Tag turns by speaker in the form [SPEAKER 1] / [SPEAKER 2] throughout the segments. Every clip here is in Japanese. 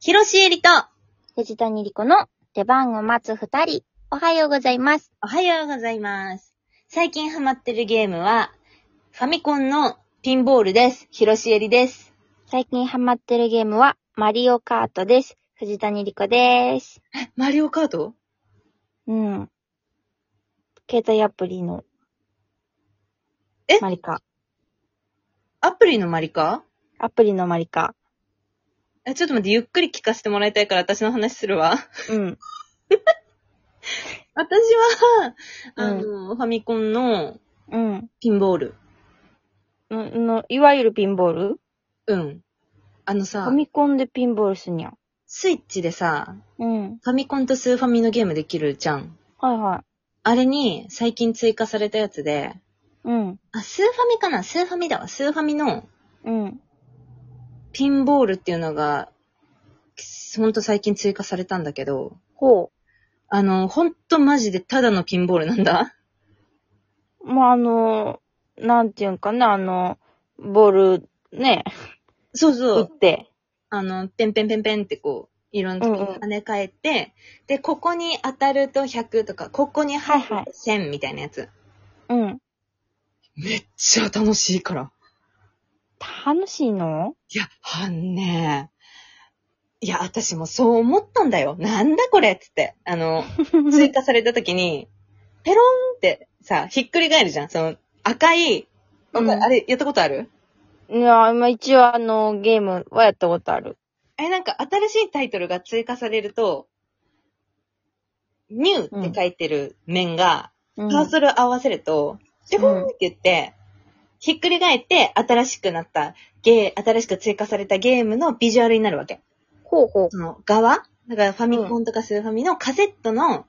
[SPEAKER 1] ひろしえりと、
[SPEAKER 2] 藤谷莉子の出番を待つ二人、おはようございます。
[SPEAKER 1] おはようございます。最近ハマってるゲームは、ファミコンのピンボールです。ひろしえりです。
[SPEAKER 2] 最近ハマってるゲームは、マリオカートです。藤谷莉子です。
[SPEAKER 1] マリオカート
[SPEAKER 2] うん。携帯アプリの、
[SPEAKER 1] え
[SPEAKER 2] マリカ。
[SPEAKER 1] アプリのマリカ
[SPEAKER 2] アプリのマリカ。
[SPEAKER 1] え、ちょっと待って、ゆっくり聞かせてもらいたいから私の話するわ。
[SPEAKER 2] うん。
[SPEAKER 1] 私は、あの、ファミコンの
[SPEAKER 2] うん。
[SPEAKER 1] ピンボール。
[SPEAKER 2] うんの、いわゆるピンボール
[SPEAKER 1] うん。あの
[SPEAKER 2] フ
[SPEAKER 1] さ
[SPEAKER 2] ァ、ミコンでピンボールすにゃ。
[SPEAKER 1] スイッチでさ、
[SPEAKER 2] うん。
[SPEAKER 1] ファミコンとスーファミのゲームできるじゃん。
[SPEAKER 2] はいは
[SPEAKER 1] あれに最近追加されたやつで、
[SPEAKER 2] い。うん。
[SPEAKER 1] あ、スーファミかなスーファミだわ。スーファミの
[SPEAKER 2] うん。
[SPEAKER 1] ピンボールっていうのが、ほんと最近追加されたんだけど、
[SPEAKER 2] ほ
[SPEAKER 1] あの、ほんとマジでただのピンボールなんだ。
[SPEAKER 2] う。まあ、あの、なんていうんかな、あの、ボール、ね、
[SPEAKER 1] そうそ
[SPEAKER 2] 打っ
[SPEAKER 1] う。
[SPEAKER 2] て。
[SPEAKER 1] あの、ペンペンペンペンってこう、いろんなとこに跳ね返って、で、ここに当たると100とか、ここに入ると
[SPEAKER 2] はいは
[SPEAKER 1] 1000みたいなやつ。
[SPEAKER 2] うん。
[SPEAKER 1] めっちゃ楽しいから。
[SPEAKER 2] 楽しいの
[SPEAKER 1] いや、はんねいや、私もそう思ったんだよ。なんだこれっつって。あ の、追加された時に、ペロンってさ、ひっくり返るじゃん。その、赤い、わかる
[SPEAKER 2] うん
[SPEAKER 1] あれ、やったことある
[SPEAKER 2] いや、まあ、一応あの、ゲームはやったことある。
[SPEAKER 1] え、なんか新しいタイトルが追加されると、ニューって書いてる面が、
[SPEAKER 2] うん
[SPEAKER 1] カーソル合わせると、ペロンって言って、ひっくり返って、新しくなったゲー、新しく追加されたゲームのビジュアルになるわけ。
[SPEAKER 2] ほうほ
[SPEAKER 1] その側だからファミコンとかスーファミのカセットの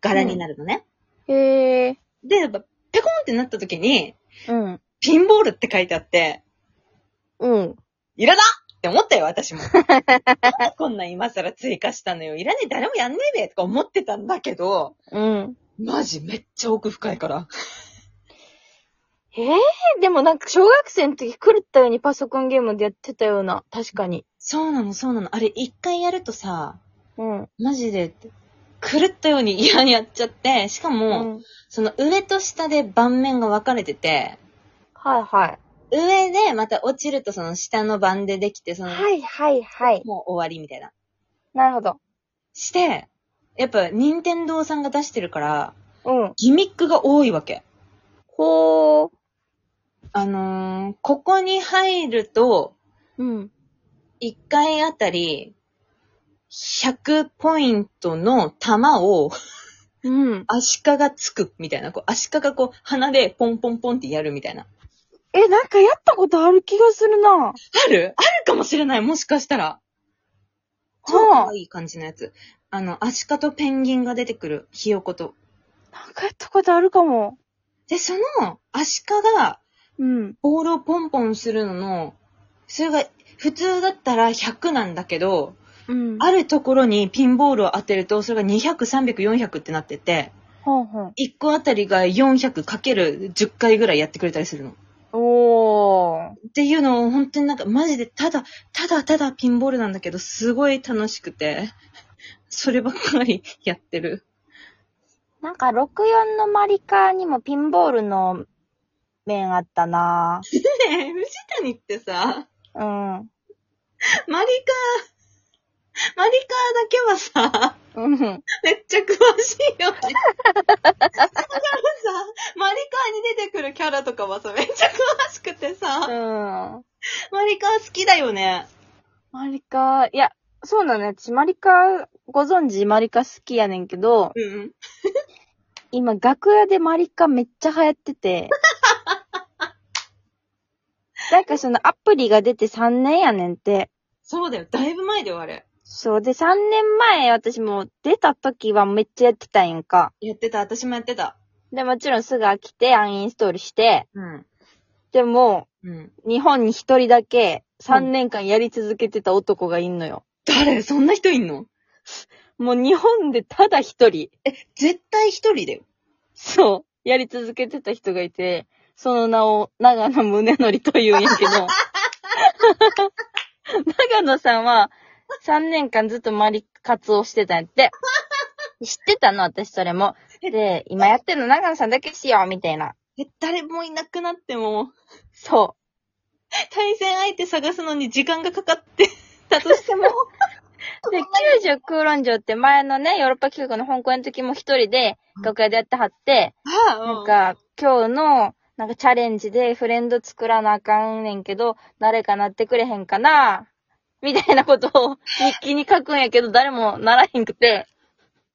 [SPEAKER 1] 柄になるのね。
[SPEAKER 2] う。へえ。
[SPEAKER 1] で、やっぱペコンってなった時に、
[SPEAKER 2] うん。
[SPEAKER 1] ピンボールって書いてあって、
[SPEAKER 2] うん。
[SPEAKER 1] いらだって思ったよ、私も。 なんでこんなん今更追加したのよ。いらねえ、誰もやんねえべとか思ってたんだけど、
[SPEAKER 2] うん。
[SPEAKER 1] マジめっちゃ奥深いから。
[SPEAKER 2] ええでもなんか小学生の時狂ったようにパソコンゲームでやってたような、確かに。
[SPEAKER 1] そうなの、そうなの。あれ、一回やるとさ、
[SPEAKER 2] うん。
[SPEAKER 1] マジで、狂ったように嫌にやっちゃって、しか
[SPEAKER 2] う
[SPEAKER 1] も、
[SPEAKER 2] ん。
[SPEAKER 1] その上と下で盤面が分かれてて、
[SPEAKER 2] はいはい。
[SPEAKER 1] 上でまた落ちるとその下の盤でできて、その、
[SPEAKER 2] はいはいはい。
[SPEAKER 1] もう終わりみたいな。
[SPEAKER 2] なるほど。
[SPEAKER 1] して、やっぱ、任天堂さんが出してるから、
[SPEAKER 2] うん。
[SPEAKER 1] ギミックが多いわけ。
[SPEAKER 2] ほう。
[SPEAKER 1] あのーここに入ると、
[SPEAKER 2] うん。
[SPEAKER 1] 1回あたり、100ポイントの玉を
[SPEAKER 2] うん。
[SPEAKER 1] 足利がつくみたいな、こう足利がこう鼻でポンポンポンってやるみたいな。
[SPEAKER 2] え、なんかやったことある気がするな。
[SPEAKER 1] あるあるかもしれない、もしかしたら。超
[SPEAKER 2] はあ
[SPEAKER 1] 可愛い感じのやつ。あの、アシカとペンギンが出てくる、ひよこと。
[SPEAKER 2] なんかやったことあるかも。
[SPEAKER 1] で、その、アシカが
[SPEAKER 2] うん。
[SPEAKER 1] ボールをポンポンするのの、それが、普通だったら100なんだけど、
[SPEAKER 2] うん。
[SPEAKER 1] あるところにピンボールを当てると、それが200、300、400ってなってて、
[SPEAKER 2] ほんほん。
[SPEAKER 1] 1個あたりが 400×10 回ぐらいやってくれたりするの。
[SPEAKER 2] おー。
[SPEAKER 1] っていうのを本当になんかマジでただ、ただただピンボールなんだけど、すごい楽しくて、そればっかり やってる。
[SPEAKER 2] なんか64のマリカーにもピンボールの面あったなぁ。
[SPEAKER 1] ねえ、藤谷ってさ、
[SPEAKER 2] うん。
[SPEAKER 1] マリカー、マリカーだけはさ、
[SPEAKER 2] う
[SPEAKER 1] め
[SPEAKER 2] ん。
[SPEAKER 1] っちゃ詳しいよね。だからさ、マリカーに出てくるキャラとかはさ、めっちゃ詳しくてさ、
[SPEAKER 2] うん。
[SPEAKER 1] マリカー好きだよね。
[SPEAKER 2] マリカー、いや、そうなのよ。私マリカー、ご存知マリカ好きやねんけど、
[SPEAKER 1] うん。
[SPEAKER 2] 今楽屋でマリカめっちゃ流行ってて。なんかそのアプリが出て3年やねんって。
[SPEAKER 1] そうだよ。だいぶ前だよ、あれ。
[SPEAKER 2] そう。で、3年前私も出た時はめっちゃやってたんやんか。
[SPEAKER 1] やってた、私もやってた。
[SPEAKER 2] で、もちろんすぐ飽きてアンインストールして、
[SPEAKER 1] うん。
[SPEAKER 2] でも、
[SPEAKER 1] うん。
[SPEAKER 2] 日本に一人だけ3年間やり続けてた男がいんのよ。
[SPEAKER 1] 誰そんな人いんの
[SPEAKER 2] もう日本でただ一人、
[SPEAKER 1] 絶対一人だよ。
[SPEAKER 2] そう、やり続けてた人がいて、その名を長 野宗則というんやけど、長野さんは3年間ずっとマリカツをしてたんやって。知ってたの、私それも。で、今やってるの長野さんだけしよう、みたいな。
[SPEAKER 1] え誰もいなくなっても、
[SPEAKER 2] そ
[SPEAKER 1] 対戦相手探すのに時間がかかってたと しても、
[SPEAKER 2] う。で、九十空論城って前のね、ヨーロッパ企画の香港の時も一人で楽屋でやってはって、
[SPEAKER 1] ああ、
[SPEAKER 2] なんか、今日の、なんかチャレンジでフレンド作らなあかんねんけど、誰かなってくれへんかなみたいなことを日記に書くんやけど、誰もならへんくて。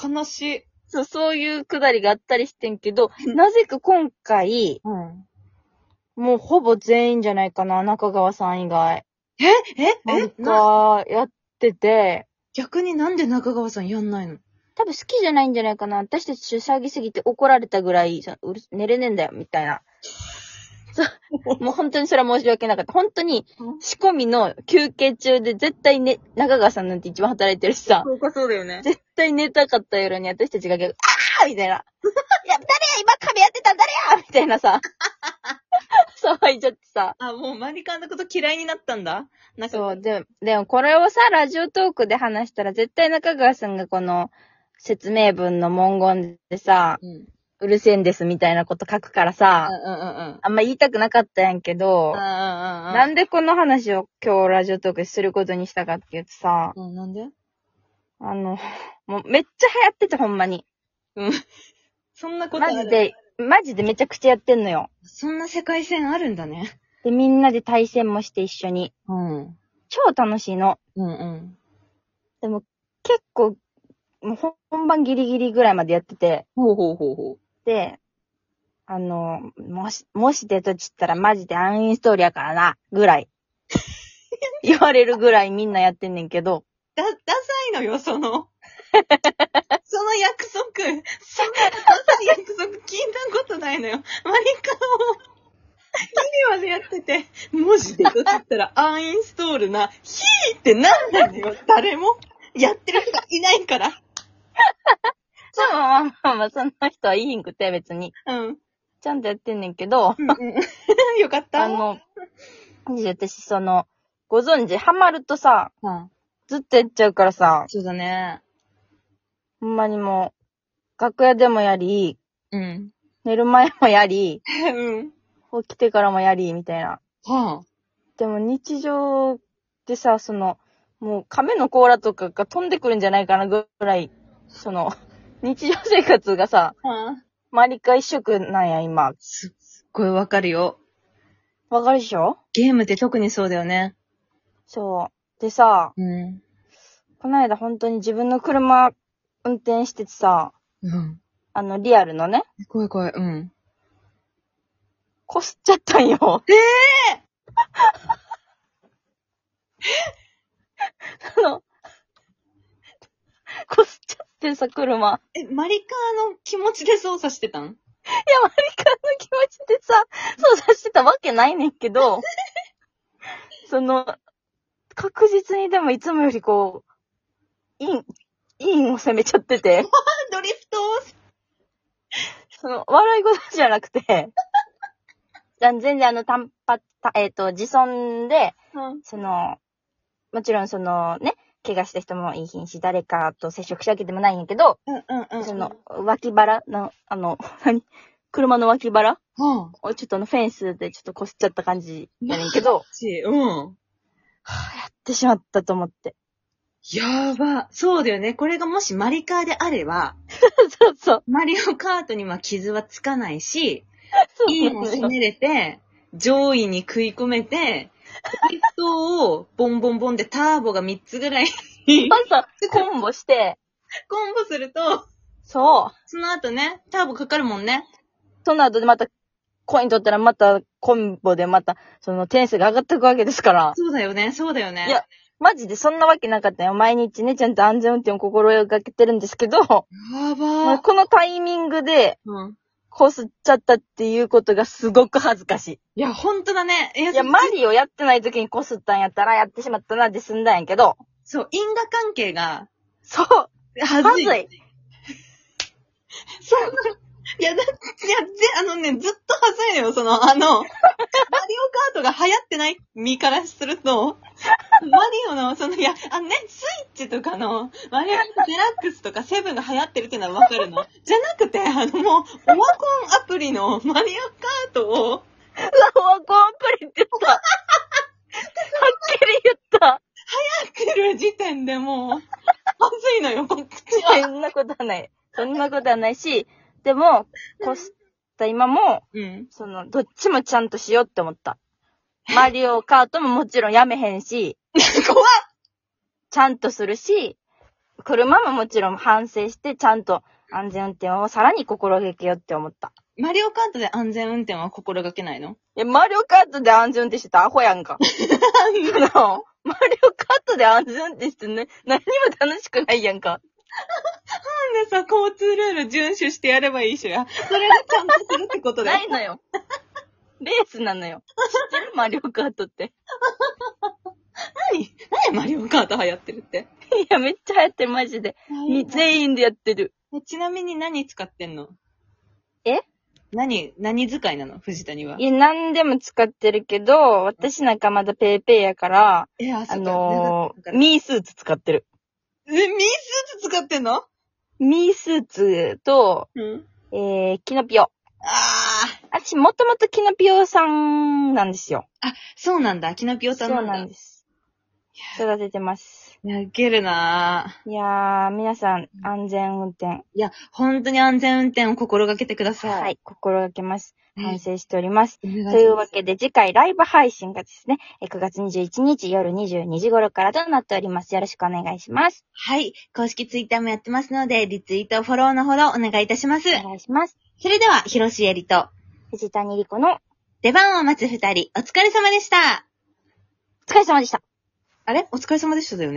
[SPEAKER 1] 悲しい。
[SPEAKER 2] そう、そういうくだりがあったりしてんけど、なぜか今回、
[SPEAKER 1] うん。
[SPEAKER 2] もうほぼ全員じゃないかな、中川さん以外。
[SPEAKER 1] ええ
[SPEAKER 2] な
[SPEAKER 1] え
[SPEAKER 2] んか、やってて、
[SPEAKER 1] 逆になんで中川さんやんないの
[SPEAKER 2] 多分好きじゃないんじゃないかな。私たち騒ぎすぎて怒られたぐらい、そううる寝れねえんだよ、みたいな。 そう。もう本当にそれは申し訳なかった。本当に
[SPEAKER 1] うん、
[SPEAKER 2] 仕込みの休憩中で絶対ね、中川さんなんて一番働いてるしさ。
[SPEAKER 1] そうかそうだよね。
[SPEAKER 2] 絶対寝たかった夜に私たちが逆に、あーみたいな。いや、誰や今壁やってたん誰やみたい なさ。騒いじゃってさ。
[SPEAKER 1] あ、もうマリカンのこと嫌いになったんだなんか、
[SPEAKER 2] そう、で、でもこれをさ、ラジオトークで話したら絶対中川さんがこの説明文の文言でさ、
[SPEAKER 1] うん。うんうん
[SPEAKER 2] うるせえんですみたいなこと書くからさ、
[SPEAKER 1] うん
[SPEAKER 2] あんま言いたくなかったやんけ
[SPEAKER 1] うん。
[SPEAKER 2] ど、
[SPEAKER 1] な
[SPEAKER 2] なんでこの話を今日ラジオトークですることにしたかっていうとさ、
[SPEAKER 1] うん、なんで
[SPEAKER 2] あの、もうめっちゃ流行っててほんまに。
[SPEAKER 1] そんなことある
[SPEAKER 2] マジ。で、マジでめちゃくちゃやってんのよ。
[SPEAKER 1] そんな世界線あるんだね。
[SPEAKER 2] で、みんなで対戦もして一緒に。
[SPEAKER 1] うん。うん
[SPEAKER 2] 超楽しいの。
[SPEAKER 1] うん。
[SPEAKER 2] でも、結構、もうほん本番ギリギリぐらいまでやってて、
[SPEAKER 1] ほうほうほうほ
[SPEAKER 2] で、あの、もし、もしデートチったらマジでアンインストールやからな、ぐらい。 言われるぐらいみんなやってんねんけど、
[SPEAKER 1] だ、ダサいのよ、そ の。その約束、そんなダサい約束聞いたことないのよ。マリカンを、ギリまでやってて、文字でどっちだったらアンインストールな、ヒーってなんなのよ、誰も。やってる人がいないから。
[SPEAKER 2] そう、まあまあまあ、その人はいいんくて、別に。
[SPEAKER 1] うん。
[SPEAKER 2] ちゃんとやってんねんけど、
[SPEAKER 1] うん、 よかった。
[SPEAKER 2] あの、私、その、ご存知、ハマるとさ、
[SPEAKER 1] うん、
[SPEAKER 2] ずっとやっちゃうからさ、
[SPEAKER 1] そうだね。
[SPEAKER 2] ほんまにもう、楽屋でもやり、
[SPEAKER 1] うん。
[SPEAKER 2] 寝る前もやり、
[SPEAKER 1] うん。
[SPEAKER 2] 起きてからもやり、みたいな。
[SPEAKER 1] は
[SPEAKER 2] でも日常でさ、その、もう亀の甲羅とかが飛んでくるんじゃないかなぐらい、その、 日常生活がさ、
[SPEAKER 1] あ。はあ。
[SPEAKER 2] 周りか一色なんや、今。
[SPEAKER 1] す、すっごいわかるよ。
[SPEAKER 2] わかるでしょ
[SPEAKER 1] ゲームって特にそうだよね。
[SPEAKER 2] そう。でさ、
[SPEAKER 1] うん。
[SPEAKER 2] この間本当に自分の車運転しててさ、
[SPEAKER 1] うん。
[SPEAKER 2] あの、リアルのね、
[SPEAKER 1] 怖い怖い。うん。
[SPEAKER 2] こすっちゃったんよ。ええ その、こすっちゃってさ、車。
[SPEAKER 1] え、マリカーの気持ちで操作してたん
[SPEAKER 2] いや、マリカンの気持ちでさ、操作してたわけないねん けど、その、確実にでもいつもよりこう、イン、インを攻めちゃっ てて、
[SPEAKER 1] ドリフト
[SPEAKER 2] その、笑い事じゃなくて、全然あの、単発、たえっ、と、自損で、
[SPEAKER 1] うん。
[SPEAKER 2] その、もちろんそのね、怪我した人もいいひんし、誰かと接触したわけでもないんやけど、
[SPEAKER 1] うんうんうん。
[SPEAKER 2] その、脇腹の、あの、何 車の脇腹
[SPEAKER 1] はあ。
[SPEAKER 2] おちょっとあのフェンスでちょっと擦っちゃった感じやねんけ ど、
[SPEAKER 1] ち、うん。
[SPEAKER 2] やってしまったと 思って。
[SPEAKER 1] やば。そうだよね。これがもしマリカーであれば、
[SPEAKER 2] そうそう。
[SPEAKER 1] マリオカートには傷はつかないし、
[SPEAKER 2] そう
[SPEAKER 1] いいもひねれて、上位に食い込めて、ドリフトをボンボンボンでターボが3つぐらいコ
[SPEAKER 2] そうそうコンボして、
[SPEAKER 1] ンボすると、
[SPEAKER 2] そ
[SPEAKER 1] その後ね、ターボかかるもんね。
[SPEAKER 2] う。その後でまた、コイン取ったらまた、コンボでまた、その点数が上がっていくわけですから。
[SPEAKER 1] そうだよね、そうだよね。
[SPEAKER 2] いや、マジでそんなわけなかったよ。毎日ね、ちゃんと安全運転を心がけてるんですけど、も
[SPEAKER 1] や
[SPEAKER 2] う
[SPEAKER 1] ばー。
[SPEAKER 2] このタイミングで、
[SPEAKER 1] うん。
[SPEAKER 2] こすっちゃったっていうことがすごく恥ずかし
[SPEAKER 1] いや、ほんとだね。いや
[SPEAKER 2] い。いや、マリオやってない時にこすったんやったら、やってしまったなって済んだんやけど、
[SPEAKER 1] そう、因果関係が、
[SPEAKER 2] そう
[SPEAKER 1] は
[SPEAKER 2] ま
[SPEAKER 1] ず
[SPEAKER 2] ず
[SPEAKER 1] い。
[SPEAKER 2] い。
[SPEAKER 1] そんな、いや、だいや、ぜ、あのね、ずっとはずいのよ、その、あの、マリオカートが流行ってない身からすると、マリオの、その、いや、あのね、スイッチとかの、マリオカートデラックスとかセブンが流行ってるっていうのはわかるの。じゃなくて、あの、もう、オワコンアプリのマリオカートを、
[SPEAKER 2] うわ、コアプリって言った。はっきり言った。
[SPEAKER 1] 来る時点でもう、はずいのよ、こっちは。
[SPEAKER 2] そんなことはない。そんなことはないし、でも、コスタ今も、
[SPEAKER 1] うん。
[SPEAKER 2] その、どっちもちゃんとしようって思った。マリオカートももちろんやめへんし、
[SPEAKER 1] 怖っ
[SPEAKER 2] ちゃんとするし、車ももちろん反省して、ちゃんと安全運転をさらに心がけようって思った。
[SPEAKER 1] マリオカートで安全運転は心がけないの
[SPEAKER 2] いや、マリオカートで安全運転してたアホやん か。そのマリオカートで安全運転してね、何も楽しくないやんか。
[SPEAKER 1] なんでさ、交通ルール遵守してやればいいしや。それがちゃんとするってことだ
[SPEAKER 2] な
[SPEAKER 1] よ。
[SPEAKER 2] いのよ。レースなのよ。知ってるマリオカートって。
[SPEAKER 1] 何何マリオカート流行ってるって。
[SPEAKER 2] いや、めっちゃ流行ってる、マジで。み全員でやってる。
[SPEAKER 1] えちなみに何使ってんの
[SPEAKER 2] え。
[SPEAKER 1] 何、何使いなの藤谷はい
[SPEAKER 2] や、何でも使ってるけど、私なんかまだペイペイやから、
[SPEAKER 1] え、あ、そ
[SPEAKER 2] あ
[SPEAKER 1] っか
[SPEAKER 2] の
[SPEAKER 1] 長かった
[SPEAKER 2] ー、
[SPEAKER 1] から
[SPEAKER 2] ミースーツ使ってる。
[SPEAKER 1] え、ミースーツ使ってんの
[SPEAKER 2] ミースーツと、
[SPEAKER 1] うん。
[SPEAKER 2] えー、キノピオ。
[SPEAKER 1] あー。
[SPEAKER 2] 私、もともとキノピオさんなんですよ。
[SPEAKER 1] そうなんだ。キナピオ
[SPEAKER 2] そ
[SPEAKER 1] さ
[SPEAKER 2] うん
[SPEAKER 1] なんだ。
[SPEAKER 2] なんです。育ててます。
[SPEAKER 1] 泣けるない
[SPEAKER 2] やー、皆さん、安全運転。
[SPEAKER 1] ぁ。いや、本当に安全運転を心がけてください。
[SPEAKER 2] はい、心がけます。
[SPEAKER 1] うん
[SPEAKER 2] 反省しております。
[SPEAKER 1] お願いします。
[SPEAKER 2] というわけで、次回ライブ配信がですね、え9月21日夜22時頃からとなっております。よろしくお願いします。
[SPEAKER 1] はい。公式ツイッターもやってますので、リツイート、フォローのほどお願いいたします。
[SPEAKER 2] お願いします。
[SPEAKER 1] それでは、広瀬えりと、
[SPEAKER 2] 藤谷莉子のお
[SPEAKER 1] 出番を待つ二人、お疲れ様でした。
[SPEAKER 2] 疲れ様でした。
[SPEAKER 1] あれお疲れ様でしただよね。